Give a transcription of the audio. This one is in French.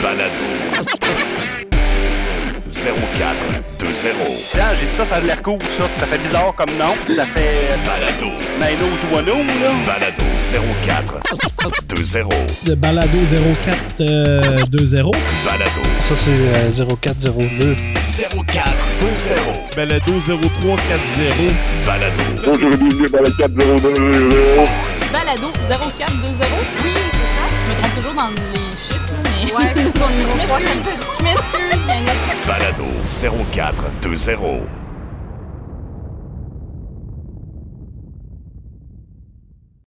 balado. 0420 Là, j'ai dit ça, ça a l'air cool, ça. Ça fait bizarre comme nom. Ça fait balado Nailo Douaneau, là. balado 0420 de balado euh, 0420. balado Ça, c'est euh, 0402. 0420 Balado 0340. balado Bonjour et bienvenue dans la 402. Balado 0420? Oui, c'est ça. Je me trompe toujours dans les chiffres, là, mais. Ouais, c'est ça, Je numéro m'excuse. 340. Je m'excuse, Yannick. balado 0420